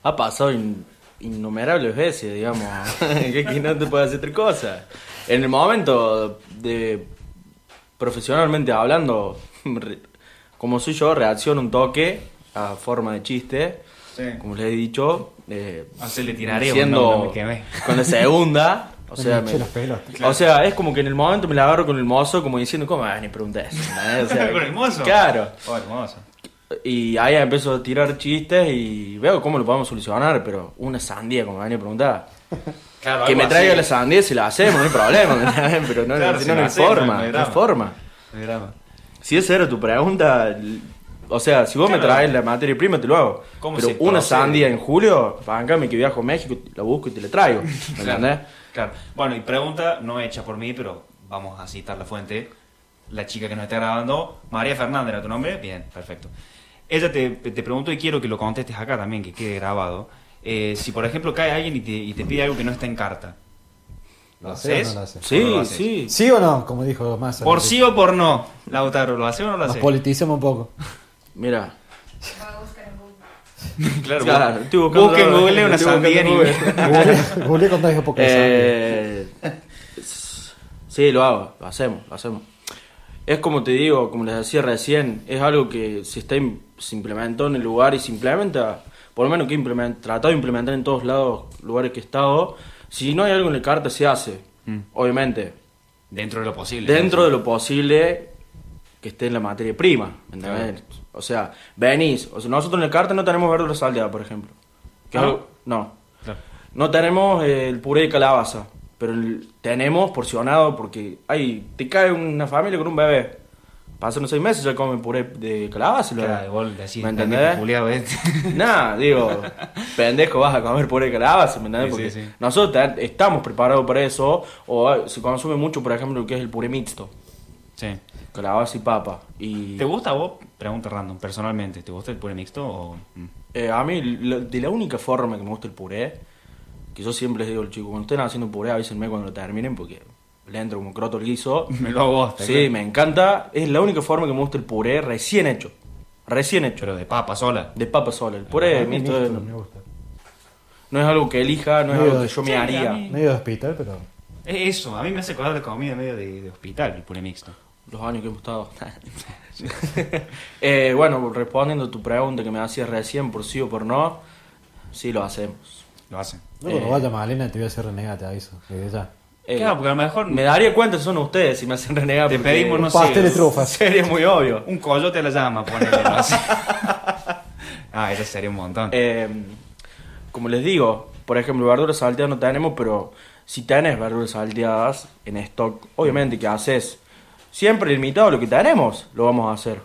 [SPEAKER 2] Ha pasado in- innumerables veces, digamos. que, que no te puede hacer otra cosa. En el momento de profesionalmente hablando, re- como soy yo, reacciono un toque a forma de chiste. Como les he dicho, eh,
[SPEAKER 1] Hacerle tirareo,
[SPEAKER 2] siendo-
[SPEAKER 1] no, no me quemé.
[SPEAKER 2] con la segunda. O sea,
[SPEAKER 3] me
[SPEAKER 2] me-
[SPEAKER 3] hinché los pelos.
[SPEAKER 2] O sea, es como que en el momento me la agarro con el mozo, como diciendo, ¿cómo me van a preguntar eso? ¿entendés? O sea,
[SPEAKER 1] Con el mozo.
[SPEAKER 2] Claro.
[SPEAKER 1] Oh, hermoso.
[SPEAKER 2] Y ahí empiezo a tirar chistes y veo cómo lo podemos solucionar, pero una sandía, como me van a preguntar.
[SPEAKER 1] Claro,
[SPEAKER 2] Que
[SPEAKER 1] algo
[SPEAKER 2] me traiga
[SPEAKER 1] así.
[SPEAKER 2] la sandía si la hacemos, no hay problema, ¿me entendés? pero no,
[SPEAKER 1] Claro,
[SPEAKER 2] si
[SPEAKER 1] si
[SPEAKER 2] no,
[SPEAKER 1] la
[SPEAKER 2] no hay
[SPEAKER 1] hacemos,
[SPEAKER 2] forma,
[SPEAKER 1] no hay
[SPEAKER 2] no hay
[SPEAKER 1] drama.
[SPEAKER 2] forma.
[SPEAKER 1] Mi drama.
[SPEAKER 2] Si esa era tu pregunta, l- o sea, si vos me
[SPEAKER 1] Claro.
[SPEAKER 2] traes la materia prima, te lo hago.
[SPEAKER 1] ¿Cómo
[SPEAKER 2] pero
[SPEAKER 1] se
[SPEAKER 2] una
[SPEAKER 1] procede?
[SPEAKER 2] sandía en julio, bancame que viajo a México, la busco y te la traigo, ¿me
[SPEAKER 1] Claro,
[SPEAKER 2] entendés?
[SPEAKER 1] Claro. Bueno, y pregunta no hecha por mí, pero vamos a citar la fuente. La chica que nos está grabando, María Fernández, ¿era tu nombre? Bien, perfecto. Ella te, te preguntó y quiero que lo contestes acá también, que quede grabado. Eh, si, por ejemplo, cae alguien y te, y te pide algo que no está en carta, ¿lo
[SPEAKER 3] ¿Lo hace o
[SPEAKER 1] haces?
[SPEAKER 3] no lo hace?
[SPEAKER 2] Sí,
[SPEAKER 1] lo haces?
[SPEAKER 2] sí.
[SPEAKER 3] ¿Sí o no? Como dijo Massa.
[SPEAKER 1] ¿Por sí o por no? Lautaro, ¿lo haces o no lo
[SPEAKER 3] Nos
[SPEAKER 1] haces?
[SPEAKER 3] politicemos un poco.
[SPEAKER 2] Mira.
[SPEAKER 4] Va a buscar en Google.
[SPEAKER 1] Claro,
[SPEAKER 2] Claro,
[SPEAKER 1] bu-
[SPEAKER 2] estoy buscando-
[SPEAKER 1] busca en Google una
[SPEAKER 2] estoy buscando
[SPEAKER 1] sandía
[SPEAKER 2] en
[SPEAKER 1] en
[SPEAKER 2] Google.
[SPEAKER 1] inglés.
[SPEAKER 3] Googleé- Googleé cuando dijo poco.
[SPEAKER 2] Eh, s- sí, lo hago, lo hacemos, lo hacemos. Es como te digo, como les decía recién, es algo que se, está im- se implementó en el lugar y se implementa, por lo menos que he implement- tratado de implementar en todos lados, lugares que he estado. Si no hay algo en la carta, se hace,
[SPEAKER 1] Mm.
[SPEAKER 2] obviamente.
[SPEAKER 1] Dentro de lo posible.
[SPEAKER 2] Dentro de lo posible que esté en la materia prima, ¿me ¿entendés? O sea, venís, o sea, nosotros en la carta no tenemos verdura salteada, por ejemplo. Que es
[SPEAKER 1] Ah.
[SPEAKER 2] algo- no.
[SPEAKER 1] Claro.
[SPEAKER 2] No tenemos eh, el puré de calabaza, pero el- tenemos porcionado porque ay, te cae una familia con un bebé. Pasan los seis meses ya comen puré de calabaza. lo-
[SPEAKER 1] Claro, igual decís,
[SPEAKER 2] ¿Me
[SPEAKER 1] pendejo
[SPEAKER 2] entendés?
[SPEAKER 1] culiao este.
[SPEAKER 2] Nah, digo, pendejo, vas a comer puré de calabaza, ¿me entendés?
[SPEAKER 1] Sí, sí,
[SPEAKER 2] Porque
[SPEAKER 1] sí.
[SPEAKER 2] nosotros ta- estamos preparados para eso, o eh, se consume mucho, por ejemplo, lo que es el puré mixto,
[SPEAKER 1] Sí.
[SPEAKER 2] calabaza y papa. Y
[SPEAKER 1] ¿Te gusta a vos? Pregunta random, personalmente, ¿te gusta el puré mixto o...? mm?
[SPEAKER 2] Eh, a mí, la- de la única forma que me gusta el puré, que yo siempre les digo al chico, cuando estén haciendo puré, avísenme cuando lo terminen, porque le entro como croto el guiso.
[SPEAKER 1] Me lo hago vos,
[SPEAKER 2] Sí, me encanta. Es la única forma que me gusta el puré recién hecho. Recién hecho.
[SPEAKER 1] Pero de papa sola.
[SPEAKER 2] De papa sola. El
[SPEAKER 1] Ah,
[SPEAKER 2] puré mixto es-
[SPEAKER 3] Me gusta.
[SPEAKER 2] no es algo que elija, no es
[SPEAKER 3] Medio
[SPEAKER 2] algo que
[SPEAKER 3] de-
[SPEAKER 2] yo me
[SPEAKER 1] Sí, a
[SPEAKER 2] haría.
[SPEAKER 1] mí-
[SPEAKER 3] Medio de hospital, pero.
[SPEAKER 1] Es eso, a mí me hace acordar de comida medio de, de hospital, el puré mixto.
[SPEAKER 2] Los años que hemos estado. Eh, bueno, respondiendo a tu pregunta que me hacías recién, por sí o por no, sí lo hacemos.
[SPEAKER 1] Lo hacen.
[SPEAKER 3] No, cuando vaya Malena te voy a hacer renegar, te aviso. Desde ya.
[SPEAKER 2] Eh,
[SPEAKER 1] claro, porque a lo mejor
[SPEAKER 2] Me daría cuenta si son ustedes si me hacen renegar.
[SPEAKER 1] Te
[SPEAKER 2] porque-
[SPEAKER 1] pedimos, no
[SPEAKER 3] Pastel de
[SPEAKER 1] sé,
[SPEAKER 3] trufa.
[SPEAKER 2] Sería muy obvio.
[SPEAKER 1] un coyote a la llama, ponele, lo hacen. ah, eso sería un montón.
[SPEAKER 2] Eh, como les digo, por ejemplo, verduras salteadas no tenemos, pero si tenés verduras salteadas en stock, obviamente que haces siempre limitado lo que tenemos, lo vamos a hacer.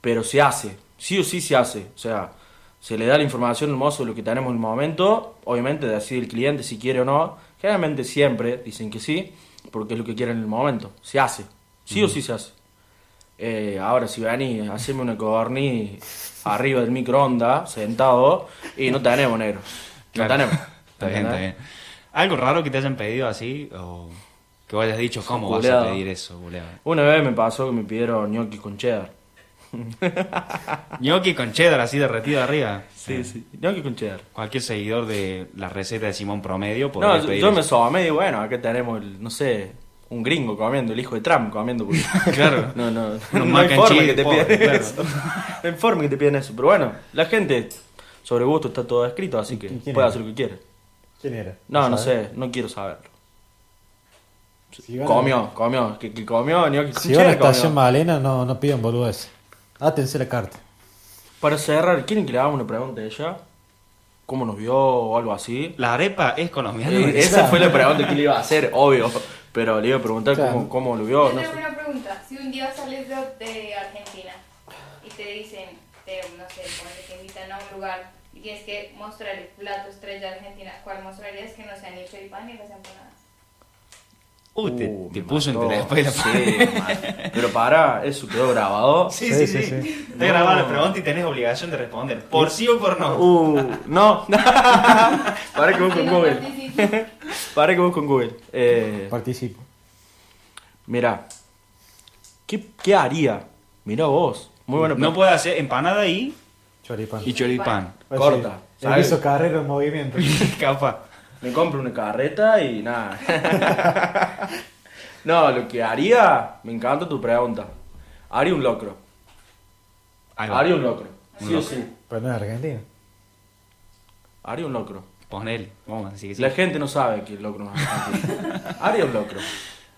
[SPEAKER 2] Pero se hace, sí o sí se hace. O sea, se le da la información al mozo de lo que tenemos en el momento, obviamente decide el cliente si quiere o no. Generalmente siempre dicen que sí, porque es lo que quieren en el momento. Se hace, sí o sí se hace. Eh, ahora si venís, haceme una codorniz arriba del microondas, sentado, y no tenemos, negro.
[SPEAKER 1] Claro.
[SPEAKER 2] No tenemos.
[SPEAKER 1] está bien, está bien. ¿Algo raro que te hayan pedido así? O que vos hayas dicho, ¿cómo vas a
[SPEAKER 2] Buleado.
[SPEAKER 1] pedir eso, buleado?
[SPEAKER 2] Una vez me pasó que me pidieron gnocchi con cheddar.
[SPEAKER 1] Gnocchi con cheddar así derretido arriba. Eh,
[SPEAKER 2] Gnocchi con cheddar.
[SPEAKER 1] Cualquier seguidor de la receta de Simón Promedio podría
[SPEAKER 2] No, yo,
[SPEAKER 1] pedir
[SPEAKER 2] yo me
[SPEAKER 1] eso.
[SPEAKER 2] sobamé y digo, bueno, acá tenemos, el, no sé, un gringo comiendo, el hijo de Trump comiendo. porque-
[SPEAKER 1] Claro.
[SPEAKER 2] No, no, no,
[SPEAKER 1] Unos mac
[SPEAKER 2] hay
[SPEAKER 1] and
[SPEAKER 2] forma
[SPEAKER 1] cheese
[SPEAKER 2] que te
[SPEAKER 1] pobres,
[SPEAKER 2] pidan
[SPEAKER 1] claro.
[SPEAKER 2] eso. No hay forma que te pidan eso. Pero bueno, la gente sobre gusto está todo escrito, así que
[SPEAKER 3] ¿Y quién
[SPEAKER 2] puede
[SPEAKER 3] era?
[SPEAKER 2] hacer lo que quiere.
[SPEAKER 3] ¿Quién era?
[SPEAKER 2] No, no sé, no quiero saberlo.
[SPEAKER 3] Si van a-
[SPEAKER 2] Comió, comió, que, que comió, gnocchi con
[SPEAKER 3] Si van a la
[SPEAKER 2] cheddar
[SPEAKER 3] estación
[SPEAKER 2] comió.
[SPEAKER 3] Malena, no, no pidan boludeces. Átense la carta.
[SPEAKER 2] Para cerrar, ¿quieren que le hagamos una pregunta a ella? ¿Cómo nos vio o algo así?
[SPEAKER 1] La arepa es
[SPEAKER 3] Ah,
[SPEAKER 1] colombiana.
[SPEAKER 2] Eh, esa fue la pregunta que le iba a hacer, obvio. Pero le iba a preguntar
[SPEAKER 3] Claro.
[SPEAKER 2] cómo, cómo lo
[SPEAKER 4] Yo
[SPEAKER 2] vio. No
[SPEAKER 4] tengo
[SPEAKER 2] sé.
[SPEAKER 4] una pregunta. Si un día sales de, de Argentina y te dicen, te, no sé, lugar y tienes que mostrar el plato estrella de Argentina, ¿cuál mostrarías que no sean ni choripán ni las empanadas?
[SPEAKER 1] Uy, te,
[SPEAKER 2] Uh,
[SPEAKER 1] te
[SPEAKER 2] me
[SPEAKER 1] puso
[SPEAKER 2] mató.
[SPEAKER 1] entre la espalda.
[SPEAKER 2] Sí, me mató. Pero para, eso quedó grabado.
[SPEAKER 1] Sí,
[SPEAKER 3] Sí,
[SPEAKER 1] sí,
[SPEAKER 3] sí,
[SPEAKER 1] sí.
[SPEAKER 3] sí.
[SPEAKER 1] Te grababa la pregunta y tenés obligación de responder. Por sí o por no.
[SPEAKER 2] Uh, no. para que busco en
[SPEAKER 4] Sí,
[SPEAKER 2] Google.
[SPEAKER 4] participo.
[SPEAKER 2] Para que busco en Google. Eh,
[SPEAKER 3] Participo.
[SPEAKER 2] mira, ¿qué, ¿qué haría? Mira vos. Muy bueno.
[SPEAKER 1] No puedo hacer empanada y,
[SPEAKER 3] Choripán.
[SPEAKER 1] y choripán.
[SPEAKER 3] Pues
[SPEAKER 2] corta,
[SPEAKER 3] sí, El
[SPEAKER 2] ¿sabes?
[SPEAKER 3] hizo carrera en movimiento.
[SPEAKER 1] Capa.
[SPEAKER 2] Me compro una carreta y nada. no, lo que haría, me encanta tu pregunta. Haría un locro.
[SPEAKER 1] Ahí va.
[SPEAKER 2] Haría un locro. Sí o
[SPEAKER 1] locro.
[SPEAKER 2] sí.
[SPEAKER 3] Pero no en Argentina.
[SPEAKER 2] Haría un locro.
[SPEAKER 1] Ponele. Vamos a decir que sí.
[SPEAKER 2] La gente no sabe que el locro es argentino. Haría un locro.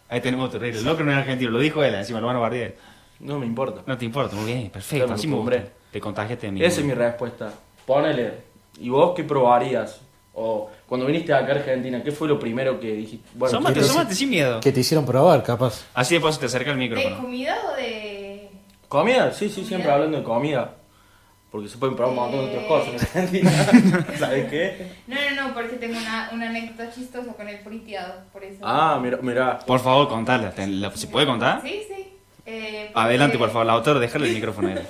[SPEAKER 1] Ahí tenemos otro rey. El locro no es argentino, lo dijo él. Encima lo van a bardear.
[SPEAKER 2] No me importa.
[SPEAKER 1] No te importa, muy bien,
[SPEAKER 2] Ya
[SPEAKER 1] perfecto.
[SPEAKER 2] me
[SPEAKER 1] Así
[SPEAKER 2] lo
[SPEAKER 1] me
[SPEAKER 2] compré.
[SPEAKER 1] gusta. Te contagiaste de mí.
[SPEAKER 2] Esa es mi respuesta. Ponele. ¿Y vos qué probarías? O cuando viniste acá a Argentina, ¿qué fue lo primero que dijiste?
[SPEAKER 1] Sómate,
[SPEAKER 2] ¿qué-
[SPEAKER 3] quiero-
[SPEAKER 1] sómate sin miedo.
[SPEAKER 3] Que te hicieron probar, capaz.
[SPEAKER 1] Así de paso te acerca el
[SPEAKER 4] ¿De
[SPEAKER 1] micrófono.
[SPEAKER 4] comida o de...?
[SPEAKER 2] ¿Comida? Sí, sí, siempre hablando de comida. Porque se pueden probar un montón de otras cosas en Argentina. ¿Sabes qué?
[SPEAKER 4] No, no, no, porque tengo una, una anécdota chistosa con el friteado, por eso.
[SPEAKER 2] Ah, mira, mira.
[SPEAKER 1] Por favor, contala. ¿Te- la- ¿Se puede contar?
[SPEAKER 4] Sí, sí. Eh,
[SPEAKER 1] Adelante, por
[SPEAKER 4] porque-
[SPEAKER 1] favor, la autora, déjale el micrófono a él.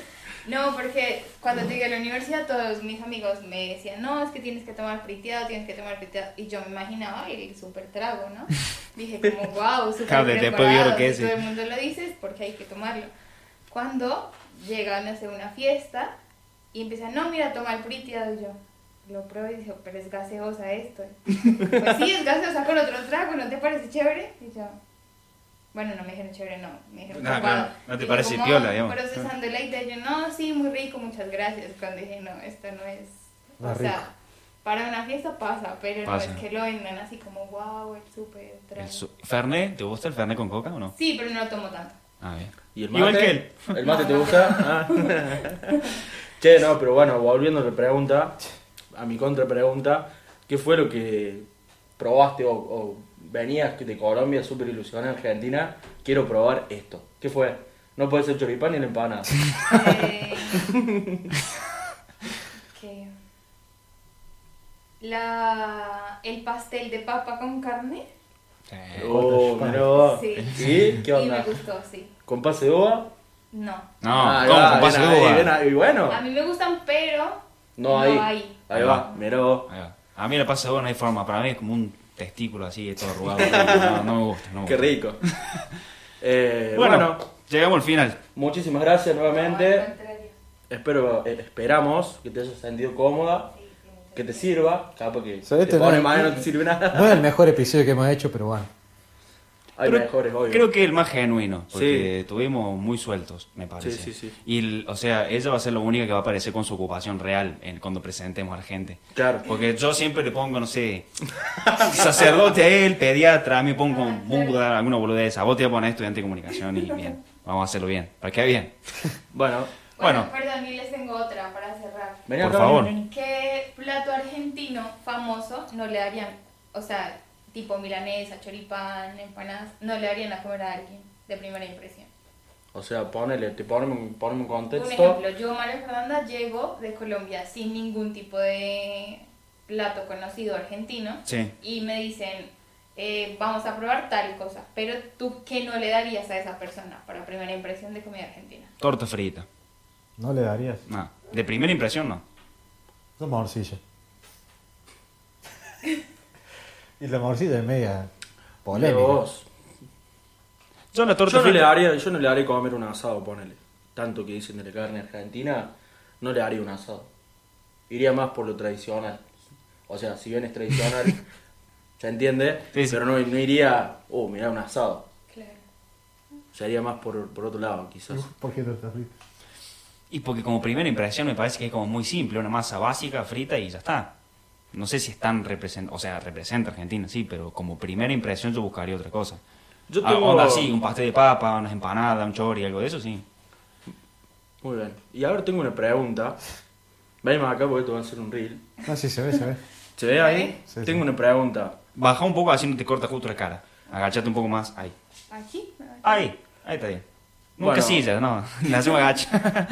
[SPEAKER 4] No, porque cuando llegué a la universidad todos mis amigos me decían, no, es que tienes que tomar friteado, tienes que tomar friteado. Y yo me imaginaba el super trago, ¿no? Dije como, wow, super
[SPEAKER 1] Claro, después vieron que sí.
[SPEAKER 4] todo el mundo lo dice, es porque hay que tomarlo. Cuando llegan a hacer una fiesta y empiezan, no, mira, toma el friteado. Y yo lo pruebo y dije, pero es gaseosa esto. pues sí, es gaseosa con otro trago, ¿no te parece chévere? Y yo... Bueno, no me dijeron chévere, no. Me dijeron
[SPEAKER 1] No,
[SPEAKER 4] "Guau".
[SPEAKER 1] claro, no te
[SPEAKER 4] Y
[SPEAKER 1] parece
[SPEAKER 4] como,
[SPEAKER 1] piola, digamos.
[SPEAKER 4] Procesando la idea, yo, no, sí, muy rico, muchas gracias. Cuando dije, no, esto no es.
[SPEAKER 3] No
[SPEAKER 4] o
[SPEAKER 3] es rico.
[SPEAKER 4] sea, para una fiesta pasa, pero
[SPEAKER 1] Pasa.
[SPEAKER 4] no es que lo vendan así como, wow, el súper trago".
[SPEAKER 1] El su- ¿Fernet? ¿Te gusta el Fernet con coca o no?
[SPEAKER 4] Sí, pero no lo tomo tanto.
[SPEAKER 1] A ver.
[SPEAKER 2] ¿Y el mate?
[SPEAKER 1] Igual que él.
[SPEAKER 2] ¿El mate te gusta? Ah. che, no, pero bueno, volviendo a la pregunta, a mi contrapregunta, ¿qué fue lo que probaste o, o venías de Colombia súper ilusionada Argentina? Quiero probar esto. ¿Qué fue? No puede ser choripán ni la empanada.
[SPEAKER 4] Eh, que- la, el pastel de papa con carne.
[SPEAKER 2] oh,
[SPEAKER 3] corta,
[SPEAKER 2] mirá vos.
[SPEAKER 4] Sí.
[SPEAKER 2] ¿Y qué
[SPEAKER 4] Y me
[SPEAKER 2] onda?
[SPEAKER 4] gustó, sí.
[SPEAKER 2] ¿Con pase de uva?
[SPEAKER 4] No.
[SPEAKER 1] No,
[SPEAKER 2] Ah,
[SPEAKER 1] ¿cómo?
[SPEAKER 2] va,
[SPEAKER 1] Con pase
[SPEAKER 2] bien
[SPEAKER 1] de
[SPEAKER 2] ahí,
[SPEAKER 1] uva.
[SPEAKER 2] bien ahí. Y bueno,
[SPEAKER 4] A mí me gustan, pero.
[SPEAKER 2] no ahí.
[SPEAKER 4] ahí.
[SPEAKER 2] Ahí va, mirá vos.
[SPEAKER 1] Ahí va. A mí la pasa de uva no hay forma. Para mí es como un testículo así, todo arrugado. No, no me gusta. No me
[SPEAKER 2] Qué
[SPEAKER 1] gusta.
[SPEAKER 2] rico. Eh,
[SPEAKER 1] Bueno,
[SPEAKER 2] bueno,
[SPEAKER 1] llegamos al final.
[SPEAKER 2] Muchísimas gracias
[SPEAKER 4] No, al
[SPEAKER 2] nuevamente.
[SPEAKER 4] contrario.
[SPEAKER 2] Espero, eh, esperamos que te hayas sentido cómoda, que te sirva. Capaz que
[SPEAKER 3] Sabés,
[SPEAKER 2] te
[SPEAKER 3] te
[SPEAKER 2] pone
[SPEAKER 3] no-
[SPEAKER 2] mal y no te sirve nada.
[SPEAKER 3] No es el mejor episodio que hemos hecho, pero bueno.
[SPEAKER 2] Hay
[SPEAKER 1] Pero
[SPEAKER 2] mejores, obvio.
[SPEAKER 1] Creo que el más genuino, porque estuvimos muy sueltos, me parece.
[SPEAKER 2] Sí, sí, sí.
[SPEAKER 1] Y, el- o sea, ella va a ser la única que va a aparecer con su ocupación real en, cuando presentemos a la gente.
[SPEAKER 2] Claro.
[SPEAKER 1] Porque yo siempre le pongo, no sé, sacerdote a él, pediatra, a mí pongo Buda, alguna boludez. A vos te voy a poner estudiante de comunicación y bien. Vamos a hacerlo bien. Para que bien.
[SPEAKER 2] Bueno,
[SPEAKER 4] Bueno,
[SPEAKER 1] Bueno.
[SPEAKER 4] perdón, y les tengo otra para cerrar.
[SPEAKER 2] vení
[SPEAKER 1] Por
[SPEAKER 2] acá,
[SPEAKER 1] favor.
[SPEAKER 2] vení, vení.
[SPEAKER 4] ¿Qué plato argentino famoso no le harían, o sea, tipo milanesa, choripán, empanadas, no le harían a comer a alguien de primera impresión?
[SPEAKER 2] O sea, ponele, te ponemos ponemos en
[SPEAKER 4] Un
[SPEAKER 2] contexto.
[SPEAKER 4] ejemplo, yo, María Fernanda, llego de Colombia sin ningún tipo de plato conocido argentino
[SPEAKER 1] Sí.
[SPEAKER 4] y me dicen, eh, vamos a probar tal cosa, pero tú, ¿qué no le darías a esa persona para primera impresión de comida argentina?
[SPEAKER 1] Torta frita.
[SPEAKER 3] No le darías.
[SPEAKER 1] No. De primera impresión, no.
[SPEAKER 3] Dos morcillas. y la morcilla es media
[SPEAKER 2] Mirá
[SPEAKER 3] polémica.
[SPEAKER 2] vos.
[SPEAKER 1] Yo la torta
[SPEAKER 2] Yo no,
[SPEAKER 1] frita.
[SPEAKER 2] le haría, yo no le haría comer un asado, ponele. Tanto que dicen de la carne argentina, no le haría un asado. Iría más por lo tradicional. O sea, si bien es tradicional, ¿se entiende?
[SPEAKER 1] Sí, sí.
[SPEAKER 2] Pero no, no iría, oh, mirá un asado.
[SPEAKER 4] Claro.
[SPEAKER 2] Sería más por, por otro lado, quizás.
[SPEAKER 3] ¿Por qué no estás frita?
[SPEAKER 1] Y porque como primera impresión me parece que es como muy simple, una masa básica, frita y ya está. No sé si es tan represent o sea, representa a Argentina, sí, pero como primera impresión yo buscaría otra cosa.
[SPEAKER 2] Yo
[SPEAKER 1] Yo
[SPEAKER 2] tengo-
[SPEAKER 1] onda así, un pastel de papa, unas empanadas, un chori, algo de eso, sí.
[SPEAKER 2] Muy bien. Y ahora tengo una pregunta. Venimos acá porque esto va a ser un reel.
[SPEAKER 3] No, Ah, sí, se ve, se ve.
[SPEAKER 2] ¿Se ve ahí?
[SPEAKER 3] Sí, sí.
[SPEAKER 2] tengo una pregunta.
[SPEAKER 1] Baja un poco así no te corta justo la cara. Agachate un poco más, ahí.
[SPEAKER 4] Aquí.
[SPEAKER 1] Ahí, ahí está bien.
[SPEAKER 2] Bueno.
[SPEAKER 1] Nunca sillas, no, la hacemos agacha.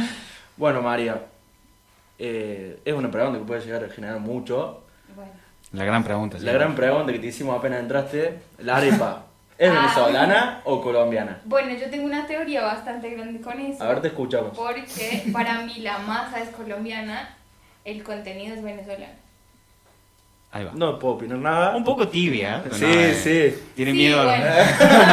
[SPEAKER 2] Bueno, María, eh, es una pregunta que puede llegar a generar mucho.
[SPEAKER 4] Bueno.
[SPEAKER 1] La gran pregunta. sí.
[SPEAKER 2] La gran pregunta que te hicimos apenas entraste, la arepa, ¿es
[SPEAKER 4] Ah.
[SPEAKER 2] venezolana o colombiana?
[SPEAKER 4] Bueno, yo tengo una teoría bastante grande con eso.
[SPEAKER 2] A ver, te escuchamos.
[SPEAKER 4] Porque para mí la masa es colombiana, el contenido es venezolano.
[SPEAKER 1] Ahí va.
[SPEAKER 2] No puedo opinar nada.
[SPEAKER 1] Un poco tibia. pero
[SPEAKER 2] Sí,
[SPEAKER 1] nada,
[SPEAKER 2] sí.
[SPEAKER 1] Tiene
[SPEAKER 4] Sí,
[SPEAKER 1] miedo a la-
[SPEAKER 4] bueno, no,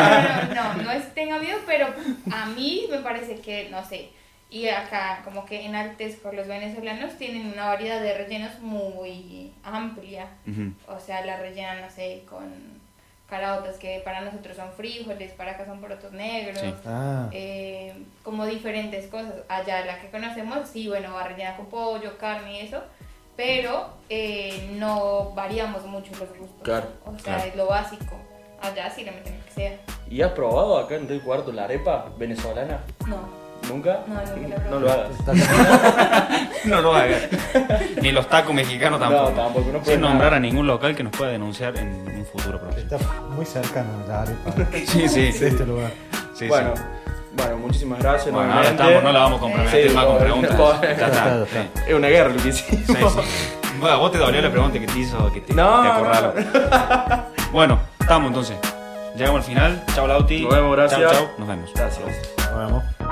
[SPEAKER 4] no, no, no, no es que tenga miedo, pero a mí me parece que, no sé, y acá como que en Artesco los venezolanos tienen una variedad de rellenos muy amplia.
[SPEAKER 1] Ujú.
[SPEAKER 4] O sea, la rellenan, no sé, con caraotas que para nosotros son frijoles, para acá son porotos negros.
[SPEAKER 1] Sí.
[SPEAKER 3] Ah,
[SPEAKER 4] eh, como diferentes cosas. Allá la que conocemos, sí, bueno, va rellena con pollo, carne y eso, pero eh, no variamos mucho los gustos.
[SPEAKER 2] Claro,
[SPEAKER 4] O sea,
[SPEAKER 1] claro.
[SPEAKER 4] es lo básico. Allá sí le meten lo que sea.
[SPEAKER 2] ¿Y has probado acá en Río Cuarto la arepa venezolana?
[SPEAKER 4] No,
[SPEAKER 2] ¿Nunca?
[SPEAKER 4] No, nunca la he
[SPEAKER 2] No
[SPEAKER 4] probado.
[SPEAKER 2] lo hagas.
[SPEAKER 3] está bien.
[SPEAKER 1] No lo hagas. Ni los tacos mexicanos
[SPEAKER 2] No,
[SPEAKER 1] tampoco.
[SPEAKER 2] tampoco, no puede
[SPEAKER 1] Sin nombrar
[SPEAKER 2] nada.
[SPEAKER 1] a ningún local que nos pueda denunciar en un futuro próximo.
[SPEAKER 3] Está muy cercano la arepa de
[SPEAKER 1] Sí, sí. sí,
[SPEAKER 3] este lugar.
[SPEAKER 1] sí.
[SPEAKER 2] bueno, bueno, muchísimas gracias.
[SPEAKER 1] Bueno, ahora
[SPEAKER 2] nuevamente.
[SPEAKER 1] estamos, no la vamos a comprometer
[SPEAKER 2] Sí,
[SPEAKER 1] más con
[SPEAKER 2] no,
[SPEAKER 1] preguntas. Ya
[SPEAKER 2] no.
[SPEAKER 3] Ya
[SPEAKER 1] está.
[SPEAKER 3] está, ya
[SPEAKER 1] Sí,
[SPEAKER 3] está.
[SPEAKER 2] Es una guerra lo que hicimos.
[SPEAKER 1] sí, sí. Bueno, vos te dolió la pregunta que te hizo, que te,
[SPEAKER 2] No,
[SPEAKER 1] te acorraló. Bueno, estamos entonces. Llegamos al final. Chao, Lauti.
[SPEAKER 2] Nos vemos, gracias.
[SPEAKER 1] Chao, chao. Nos vemos.
[SPEAKER 2] Gracias.
[SPEAKER 3] Vamos.